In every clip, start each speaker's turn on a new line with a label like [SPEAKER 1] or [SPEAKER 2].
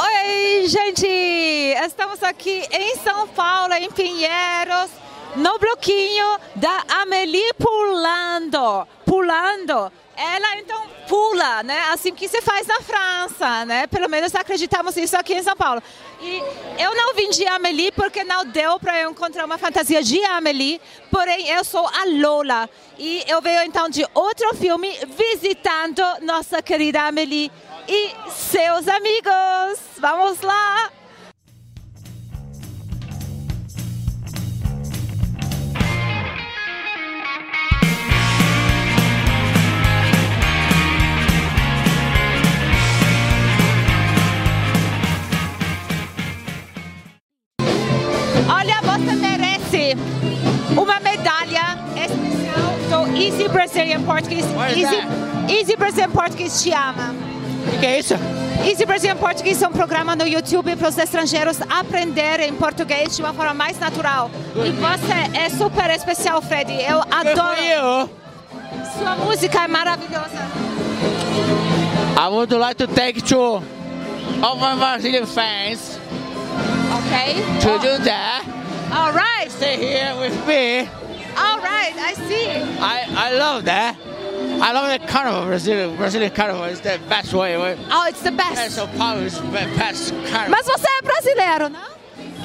[SPEAKER 1] Oi, gente! Estamos aqui em São Paulo, em Pinheiros, no bloquinho da Amelie Pulando. Pulando. Ela então pula, né? Assim que se faz na França, né? Pelo menos acreditamos isso aqui em São Paulo. E eu não vim de Amelie porque não deu para eu encontrar uma fantasia de Amelie, porém eu sou a Lola e eu venho então de outro filme visitando nossa querida Amelie e seus amigos. Vamos lá! Olha, você merece uma medalha especial do Easy Brazilian Portuguese.
[SPEAKER 2] What is
[SPEAKER 1] Easy,
[SPEAKER 2] that?
[SPEAKER 1] Easy Brazilian Portuguese te ama.
[SPEAKER 2] O que é isso?
[SPEAKER 1] Easy Brazilian Portuguese é um programa no YouTube para os estrangeiros aprenderem português de uma forma mais natural. E você é super especial, Freddy. Eu adoro.
[SPEAKER 2] Foi eu.
[SPEAKER 1] Sua música é maravilhosa.
[SPEAKER 2] I would like to take to all my Brazilian fans
[SPEAKER 1] Ok? Oh,
[SPEAKER 2] to do that.
[SPEAKER 1] All right.
[SPEAKER 2] Ah. Stay here with me.
[SPEAKER 1] All right. I see.
[SPEAKER 2] I, I love that. I love the carnival, Brazilian, Brazilian carnival is the best way. way.
[SPEAKER 1] Oh, it's the
[SPEAKER 2] É,
[SPEAKER 1] best.
[SPEAKER 2] São Paulo is the best carnival.
[SPEAKER 1] Mas você é brasileiro, não?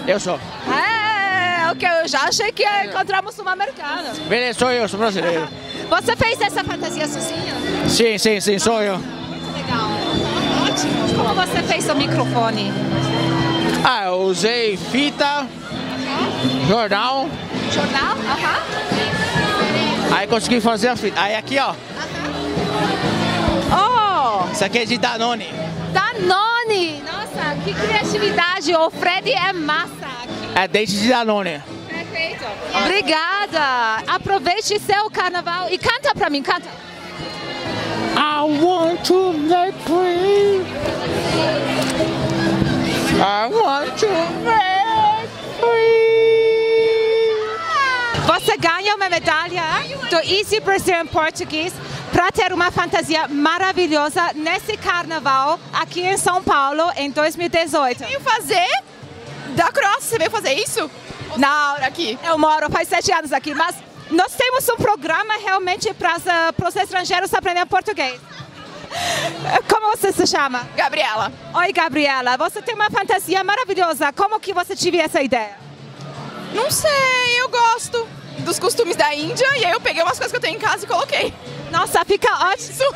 [SPEAKER 2] Eu sou.
[SPEAKER 1] É, ok, eu já achei que ia encontrar sul-americano.
[SPEAKER 2] Beleza, sou eu, sou brasileiro.
[SPEAKER 1] Você fez essa fantasia sozinha?
[SPEAKER 2] Sim, sim, sim, sou eu.
[SPEAKER 1] Muito legal. Ótimo. Como você fez o microfone?
[SPEAKER 2] Ah, eu usei fita, jornal,
[SPEAKER 1] Jornal? Aham.
[SPEAKER 2] aí consegui fazer a fita. Aí aqui, ó,
[SPEAKER 1] Oh,
[SPEAKER 2] isso aqui é de Danone.
[SPEAKER 1] Danone. Nossa, que criatividade. O Fred é massa aqui.
[SPEAKER 2] É dente de Danone.
[SPEAKER 1] Perfeito. Obrigada. Aproveite seu carnaval e canta pra mim, canta.
[SPEAKER 2] I want to make free. I want to make free.
[SPEAKER 1] Você ganha uma medalha do Easy Brazilian Portuguese para ter uma fantasia maravilhosa nesse carnaval aqui em São Paulo em 2018.
[SPEAKER 3] veio fazer da Croácia, você veio fazer isso?
[SPEAKER 1] Não,
[SPEAKER 3] Aqui.
[SPEAKER 1] eu moro faz sete anos aqui, mas nós temos um programa realmente para os estrangeiros aprenderem português. Como você se chama?
[SPEAKER 3] Gabriela.
[SPEAKER 1] Oi, Gabriela. Você tem uma fantasia maravilhosa. Como que você tive essa ideia?
[SPEAKER 3] Não sei, eu gosto dos costumes da Índia e aí eu peguei umas coisas que eu tenho em casa e coloquei.
[SPEAKER 1] Nossa, fica ótimo.
[SPEAKER 3] Isso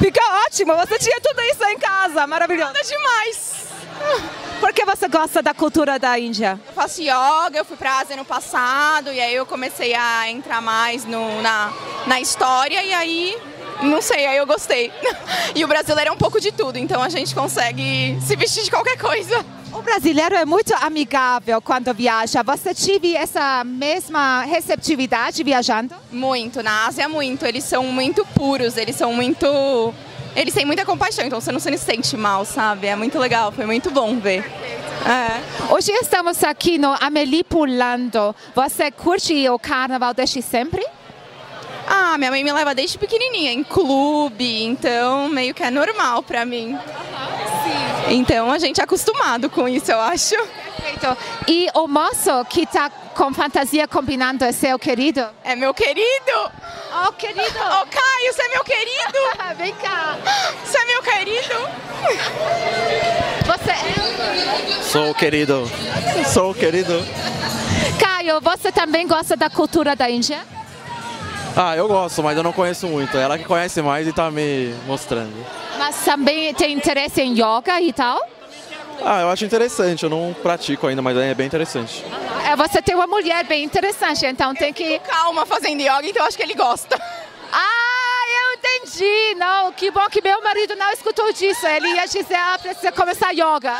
[SPEAKER 1] Fica ótimo. Você tinha tudo isso em casa. Maravilhoso.
[SPEAKER 3] é demais.
[SPEAKER 1] Por que você gosta da cultura da Índia?
[SPEAKER 3] Eu faço yoga, eu fui pra Ásia no passado e aí eu comecei a entrar mais no- na, na história e aí, não sei, aí eu gostei. E o brasileiro é um pouco de tudo, então a gente consegue se vestir de qualquer coisa.
[SPEAKER 1] O brasileiro é muito amigável quando viaja. Você tive essa mesma receptividade viajando?
[SPEAKER 3] Muito, na Ásia muito. Eles são muito puros, eles são muito. Eles têm muita compaixão, então você não se sente mal, sabe? É muito legal, foi muito bom ver. É.
[SPEAKER 1] Hoje estamos aqui no Amelie Pulando. Você curte o carnaval desde sempre?
[SPEAKER 3] Ah, minha mãe me leva desde pequenininha em clube, então meio que é normal pra mim. Então a gente é acostumado com isso, eu acho.
[SPEAKER 1] Perfeito. E o moço que está com fantasia combinando é seu querido?
[SPEAKER 3] É meu querido!
[SPEAKER 1] Oh, querido!
[SPEAKER 3] Ô Caio, você é meu querido!
[SPEAKER 1] Vem cá.
[SPEAKER 3] Você é meu querido!
[SPEAKER 1] Você é...
[SPEAKER 4] Sou querido. Sou querido.
[SPEAKER 1] Caio, você também gosta da cultura da Índia?
[SPEAKER 4] Ah, eu gosto, mas eu não conheço muito. Ela que conhece mais e tá me mostrando.
[SPEAKER 1] Mas também tem interesse em yoga e tal?
[SPEAKER 4] Ah, eu acho interessante. Eu não pratico ainda, mas é bem interessante.
[SPEAKER 1] É, Você tem uma mulher bem interessante, então tem que.
[SPEAKER 3] Calma fazendo yoga, então acho que ele gosta.
[SPEAKER 1] Ah, eu entendi! Não, que bom que meu marido não escutou disso. Ele ia dizer, ah, precisa começar yoga.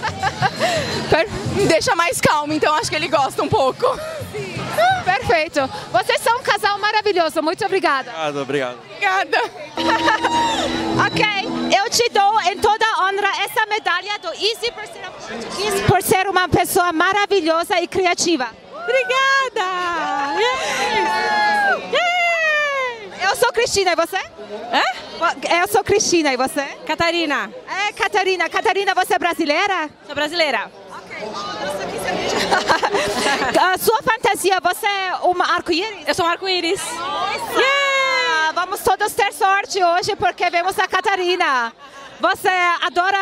[SPEAKER 1] Per-
[SPEAKER 3] Me deixa mais calmo, então acho que ele gosta um pouco.
[SPEAKER 1] perfeito. Vocês são um casal maravilhoso, muito obrigada.
[SPEAKER 4] Obrigado, obrigado.
[SPEAKER 3] Obrigada.
[SPEAKER 1] Ok, eu te dou em toda honra essa medalha do Easy por ser, por ser uma pessoa maravilhosa e criativa. Obrigada! Eu sou Cristina, e você?
[SPEAKER 5] Hã?
[SPEAKER 1] Eu sou Cristina, e você?
[SPEAKER 5] Catarina,
[SPEAKER 1] É, Catarina. Catarina, você é brasileira?
[SPEAKER 5] sou brasileira.
[SPEAKER 1] A sua fantasia, você é uma arco-íris?
[SPEAKER 5] Eu sou um arco-íris.
[SPEAKER 1] Yeah! Vamos todos ter sorte hoje porque vemos a Catarina. Você adora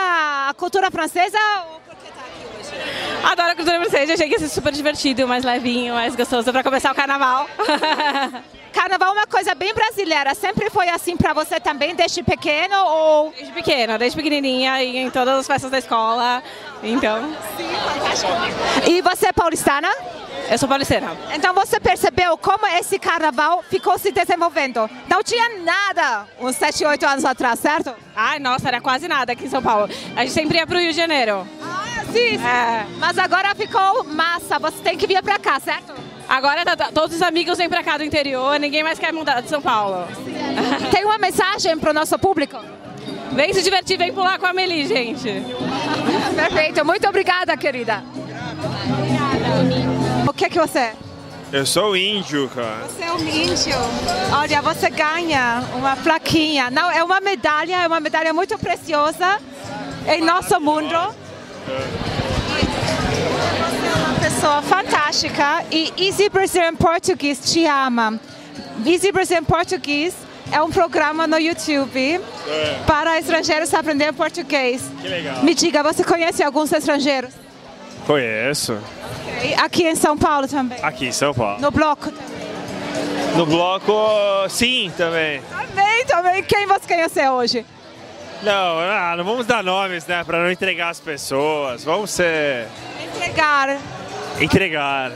[SPEAKER 1] a cultura francesa? tá
[SPEAKER 5] Adoro a cultura francesa, achei que ia ser super divertido, mais levinho, mais gostoso pra começar o carnaval.
[SPEAKER 1] Carnaval é uma coisa bem brasileira. Sempre foi assim para você também desde pequeno ou
[SPEAKER 5] Desde pequena, desde pequenininha e em todas as festas da escola. Então,
[SPEAKER 1] e você é paulistana?
[SPEAKER 5] eu sou pauliceira.
[SPEAKER 1] Então você percebeu como esse carnaval ficou se desenvolvendo? Não tinha nada uns 7, 8 anos atrás, certo?
[SPEAKER 5] Ai, nossa, era quase nada aqui em São Paulo. A gente sempre ia pro Rio de Janeiro.
[SPEAKER 1] Ah, sim.
[SPEAKER 5] É.
[SPEAKER 1] Mas agora ficou massa. Você tem que vir para cá, certo?
[SPEAKER 5] Agora tá- tá- todos os amigos vêm pra cá do interior, ninguém mais quer mudar de São Paulo.
[SPEAKER 1] Tem uma mensagem para o nosso público?
[SPEAKER 5] Vem se divertir, vem pular com a Meli, gente.
[SPEAKER 1] Perfeito, muito obrigada, querida. O que é que você é?
[SPEAKER 6] Eu sou índio, cara.
[SPEAKER 1] Você é um índio. Olha, você ganha uma plaquinha. Não, é uma medalha, é uma medalha muito preciosa em nosso mundo. Você é uma pessoa fantástica e Easy Brazilian Portuguese te ama. Easy Brazilian Portuguese é um programa no YouTube
[SPEAKER 6] É.
[SPEAKER 1] para estrangeiros aprender português.
[SPEAKER 6] Que legal.
[SPEAKER 1] Me diga, você conhece alguns estrangeiros?
[SPEAKER 6] Conheço.
[SPEAKER 1] Aqui em São Paulo também.
[SPEAKER 6] Aqui em São Paulo.
[SPEAKER 1] No bloco.
[SPEAKER 6] No, bloco, sim, também.
[SPEAKER 1] Também, também. Quem você conheceu hoje?
[SPEAKER 6] Não, ah, não vamos dar nomes, né? Pra não entregar as pessoas. Vamos ser.
[SPEAKER 1] Entregar.
[SPEAKER 6] Entregar.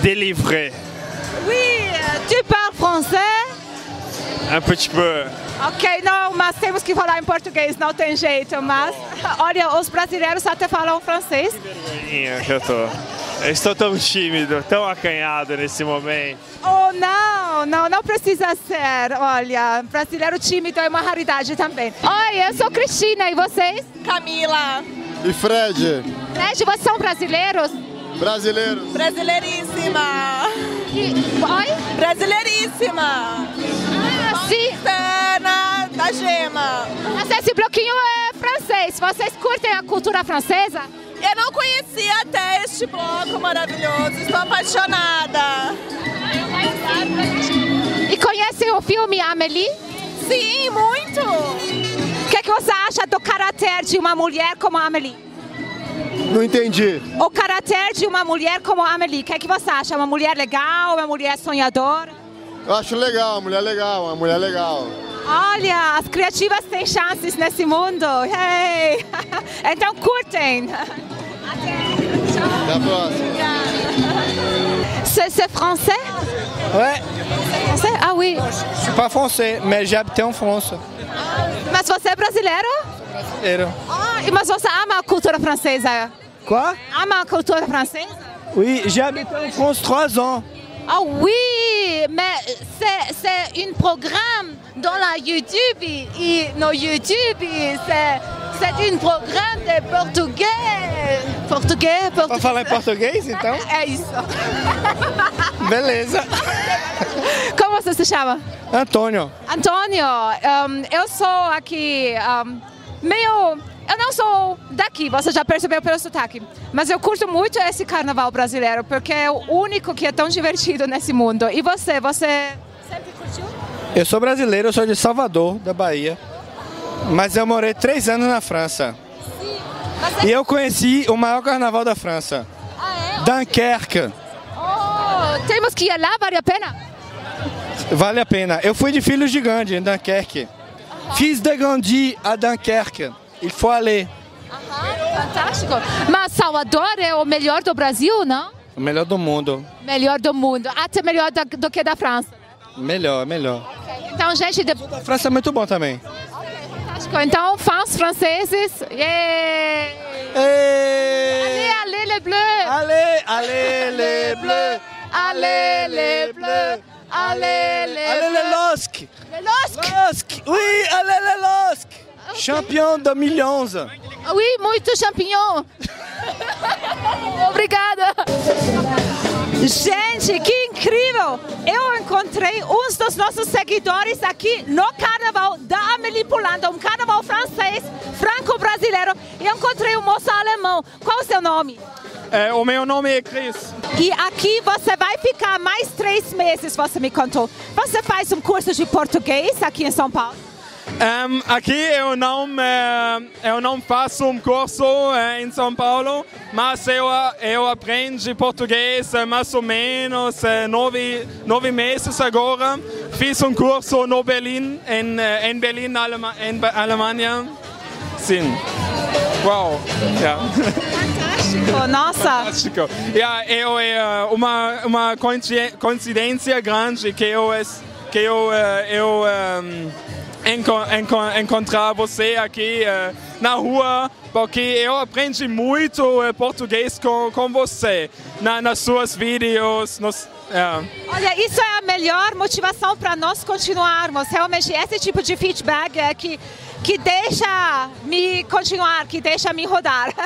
[SPEAKER 6] Délivrer.
[SPEAKER 1] Oui, tu parles français?
[SPEAKER 6] Un petit peu.
[SPEAKER 1] Ok, não, mas temos que falar em português, não tem jeito. Mas, olha, os brasileiros até falam francês.
[SPEAKER 6] Vergonhinha que eu tô. Eu estou tão tímido, tão acanhado nesse momento.
[SPEAKER 1] Oh, não, não, não precisa ser. Olha, brasileiro tímido é uma raridade também. Oi, eu sou Cristina e vocês?
[SPEAKER 7] Camila,
[SPEAKER 8] E Fred,
[SPEAKER 1] Fred, vocês são brasileiros?
[SPEAKER 8] brasileiro,
[SPEAKER 7] brasileiríssima!
[SPEAKER 1] E- Oi?
[SPEAKER 7] Brasileiríssima!
[SPEAKER 1] Ah, sim.
[SPEAKER 7] Sana da Gema!
[SPEAKER 1] Mas esse bloquinho é francês. Vocês curtem a cultura francesa?
[SPEAKER 7] Eu não conhecia até este bloco maravilhoso, estou apaixonada!
[SPEAKER 1] E conhecem o filme Amélie?
[SPEAKER 7] Sim, muito!
[SPEAKER 1] O que, que você acha do caráter de uma mulher como a Amélie?
[SPEAKER 8] não entendi.
[SPEAKER 1] O caráter de uma mulher como a Amélie, o que, que você acha? Uma mulher legal, uma mulher sonhadora?
[SPEAKER 8] Eu acho legal, uma mulher legal, uma mulher legal.
[SPEAKER 1] Olha, as criativas têm chances nesse mundo. Hey! Então curtem.
[SPEAKER 8] Até a próxima.
[SPEAKER 1] C'est c'est français?
[SPEAKER 9] Ouais,
[SPEAKER 1] Français? Ah, oui.
[SPEAKER 9] je suis pas français, mais j'ai habité en France.
[SPEAKER 1] Mas você é brasileiro?
[SPEAKER 9] Et-
[SPEAKER 1] Ah, mas você ama a cultura francesa?
[SPEAKER 9] Quoi
[SPEAKER 1] Ama a cultura francesa?
[SPEAKER 9] Oui, j'ai habité en France trois ans.
[SPEAKER 1] Ah oui, mais c'est- c'est un programme dans la YouTube et nos YouTube, et c'est c'est un programme de portugais. Portugais,
[SPEAKER 9] Pas
[SPEAKER 1] portugais.
[SPEAKER 9] parler portugais, então?
[SPEAKER 1] É isso.
[SPEAKER 9] Beleza.
[SPEAKER 1] Como você se chama?
[SPEAKER 9] Antônio.
[SPEAKER 1] Antônio, ehm, eu sou aqui ehm, meio. Eu não sou daqui, você já percebeu pelo sotaque. Mas eu curto muito esse carnaval brasileiro, porque é o único que é tão divertido nesse mundo. E você, você
[SPEAKER 9] Eu sou brasileiro, eu sou de Salvador, da Bahia. Mas eu morei três anos na França. E eu conheci o maior carnaval da França. Dunkerque.
[SPEAKER 1] Oh, temos que ir lá, vale a pena?
[SPEAKER 9] Vale a pena. Eu fui de Filhos de Gandhi, em Dunkerque. Fiz de Gandhi a Dunkerque. Il faut aller.
[SPEAKER 1] Fantástico. Mas Salvador é o melhor do Brasil, não?
[SPEAKER 9] O melhor do mundo.
[SPEAKER 1] Melhor do mundo. Até melhor da- do que da França.
[SPEAKER 9] Melhor, melhor.
[SPEAKER 1] Então, gente, de...
[SPEAKER 9] A França é muito bom também.
[SPEAKER 1] fantástico. Então, fãs franceses. Yeah. Allez, allez, les bleus.
[SPEAKER 9] Eh, Allez, allez, les bleus.
[SPEAKER 1] Allez, les bleus. Allez, les
[SPEAKER 9] Allez, les
[SPEAKER 1] bleus.
[SPEAKER 9] losques.
[SPEAKER 1] Les losques.
[SPEAKER 9] Losques. Oui, allez, les losques. Champion 2011.
[SPEAKER 1] Oui, muito champignon. Obrigada. Gente, que incrível! Eu encontrei uns dos nossos seguidores aqui no carnaval da Amélie Poulain, um carnaval francês, franco-brasileiro. E eu encontrei um moço alemão. Qual o seu nome?
[SPEAKER 10] É, o meu nome é Cris.
[SPEAKER 1] E aqui você vai ficar mais três meses, você me contou. Você faz um curso de português aqui em São Paulo?
[SPEAKER 10] Ehm, aqui eu não, eh, eu não faço um curso eh, em São Paulo, mas eu, a- eu aprendi português eh, mais ou menos eh, nove, nove meses agora. Fiz um curso no Berlim, em, eh, em Berlim, Alema, em Ba- Alemanha. Sim. Uau! Yeah.
[SPEAKER 1] Fantástico, nossa!
[SPEAKER 10] Fantástico. Yeah, eu, é uh, uma, uma coinci- coincidência grande que eu, es- que eu, uh, eu um, enco- enco- encontrar você aqui uh, na rua, porque eu aprendi muito uh, português com, com você, na, nas suas vídeos, nos... eh, yeah.
[SPEAKER 1] Olha, isso é a melhor motivação para nós continuarmos. Realmente, esse tipo de feedback é que, que deixa me continuar, que deixa me rodar.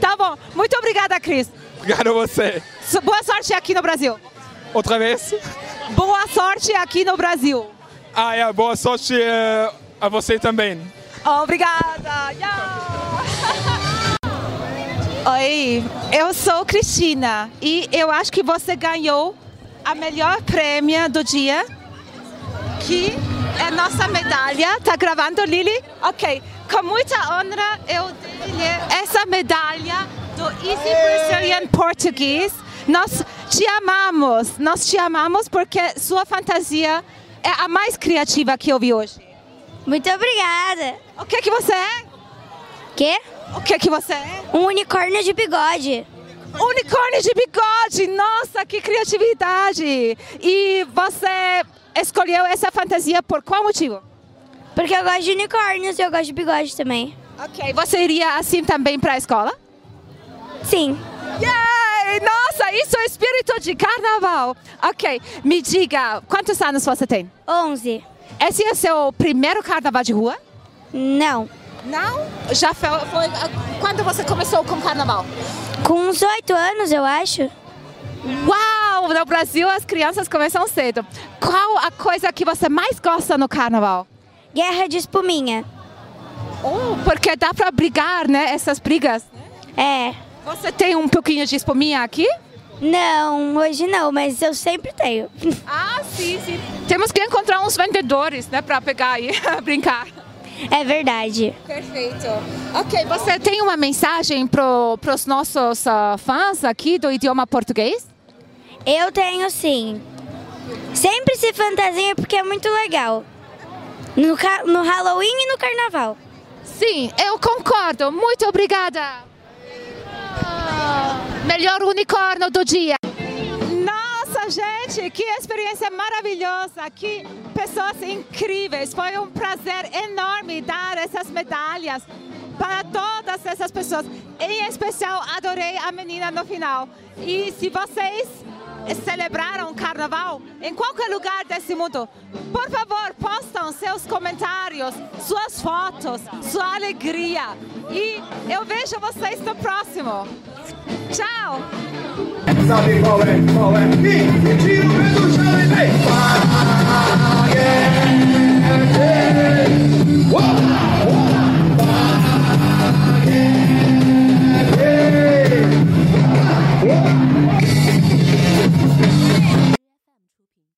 [SPEAKER 1] Tá bom, muito obrigada, Cris.
[SPEAKER 10] Obrigado a você.
[SPEAKER 1] So- Boa sorte aqui no Brasil.
[SPEAKER 10] Outra vez.
[SPEAKER 1] Boa sorte aqui no Brasil.
[SPEAKER 10] Ah, yeah, boa sorte uh, a você também.
[SPEAKER 1] Obrigada. Tchau. Oi, eu sou Cristina e eu acho que você ganhou a melhor prêmio do dia, que é nossa medalha. Tá gravando, Lili? Ok. Com muita honra, eu dei-lhe essa medalha do Easy Brazilian Portuguese. Nós te amamos, nós te amamos porque sua fantasia é a mais criativa que eu vi hoje.
[SPEAKER 11] Muito obrigada.
[SPEAKER 1] O que que você é?
[SPEAKER 11] Quê?
[SPEAKER 1] O que que você é?
[SPEAKER 11] Um unicórnio de bigode.
[SPEAKER 1] Unicórnio de bigode! Nossa, que criatividade! E você escolheu essa fantasia por qual motivo?
[SPEAKER 11] Porque eu gosto de unicórnios e eu gosto de bigode também.
[SPEAKER 1] Ok, você iria assim também para a escola?
[SPEAKER 11] Sim.
[SPEAKER 1] Yay! Nossa, isso é espírito de carnaval! Ok, me diga, quantos anos você tem?
[SPEAKER 11] 11.
[SPEAKER 1] Esse é o seu primeiro carnaval de rua?
[SPEAKER 11] Não.
[SPEAKER 1] Não? Já foi, foi- ah, quando você começou com carnaval?
[SPEAKER 11] Com uns 8 anos, eu acho.
[SPEAKER 1] Uau! No Brasil as crianças começam cedo. Qual a coisa que você mais gosta no carnaval?
[SPEAKER 11] Guerra de espuminha.
[SPEAKER 1] Oh, porque dá pra brigar, né? Essas brigas.
[SPEAKER 11] É.
[SPEAKER 1] Você tem um pouquinho de espuminha aqui?
[SPEAKER 11] Não, hoje não, mas eu sempre tenho.
[SPEAKER 1] Ah, sim, sim. Temos que encontrar uns vendedores, né? Pra pegar e brincar.
[SPEAKER 11] É verdade.
[SPEAKER 1] Perfeito. Ok, você tem uma mensagem pro, pros nossos ah, fãs aqui do idioma português?
[SPEAKER 11] Eu tenho sim. Sempre se fantasia porque é muito legal. No, ca- no Halloween e no Carnaval.
[SPEAKER 1] Sim, eu concordo. Muito obrigada. Ah, Melhor unicórnio do dia. Nossa, gente, que experiência maravilhosa. Que pessoas incríveis. Foi um prazer enorme dar essas medalhas para todas essas pessoas. Em especial, adorei a menina no final. E se vocês celebraram o carnaval em qualquer lugar desse mundo, por favor, postam seus comentários, suas fotos, sua alegria. E eu vejo vocês no próximo. Tchau!
[SPEAKER 12] Sabe qual é, qual é? Ih, tira o pé do chão e vem! Para!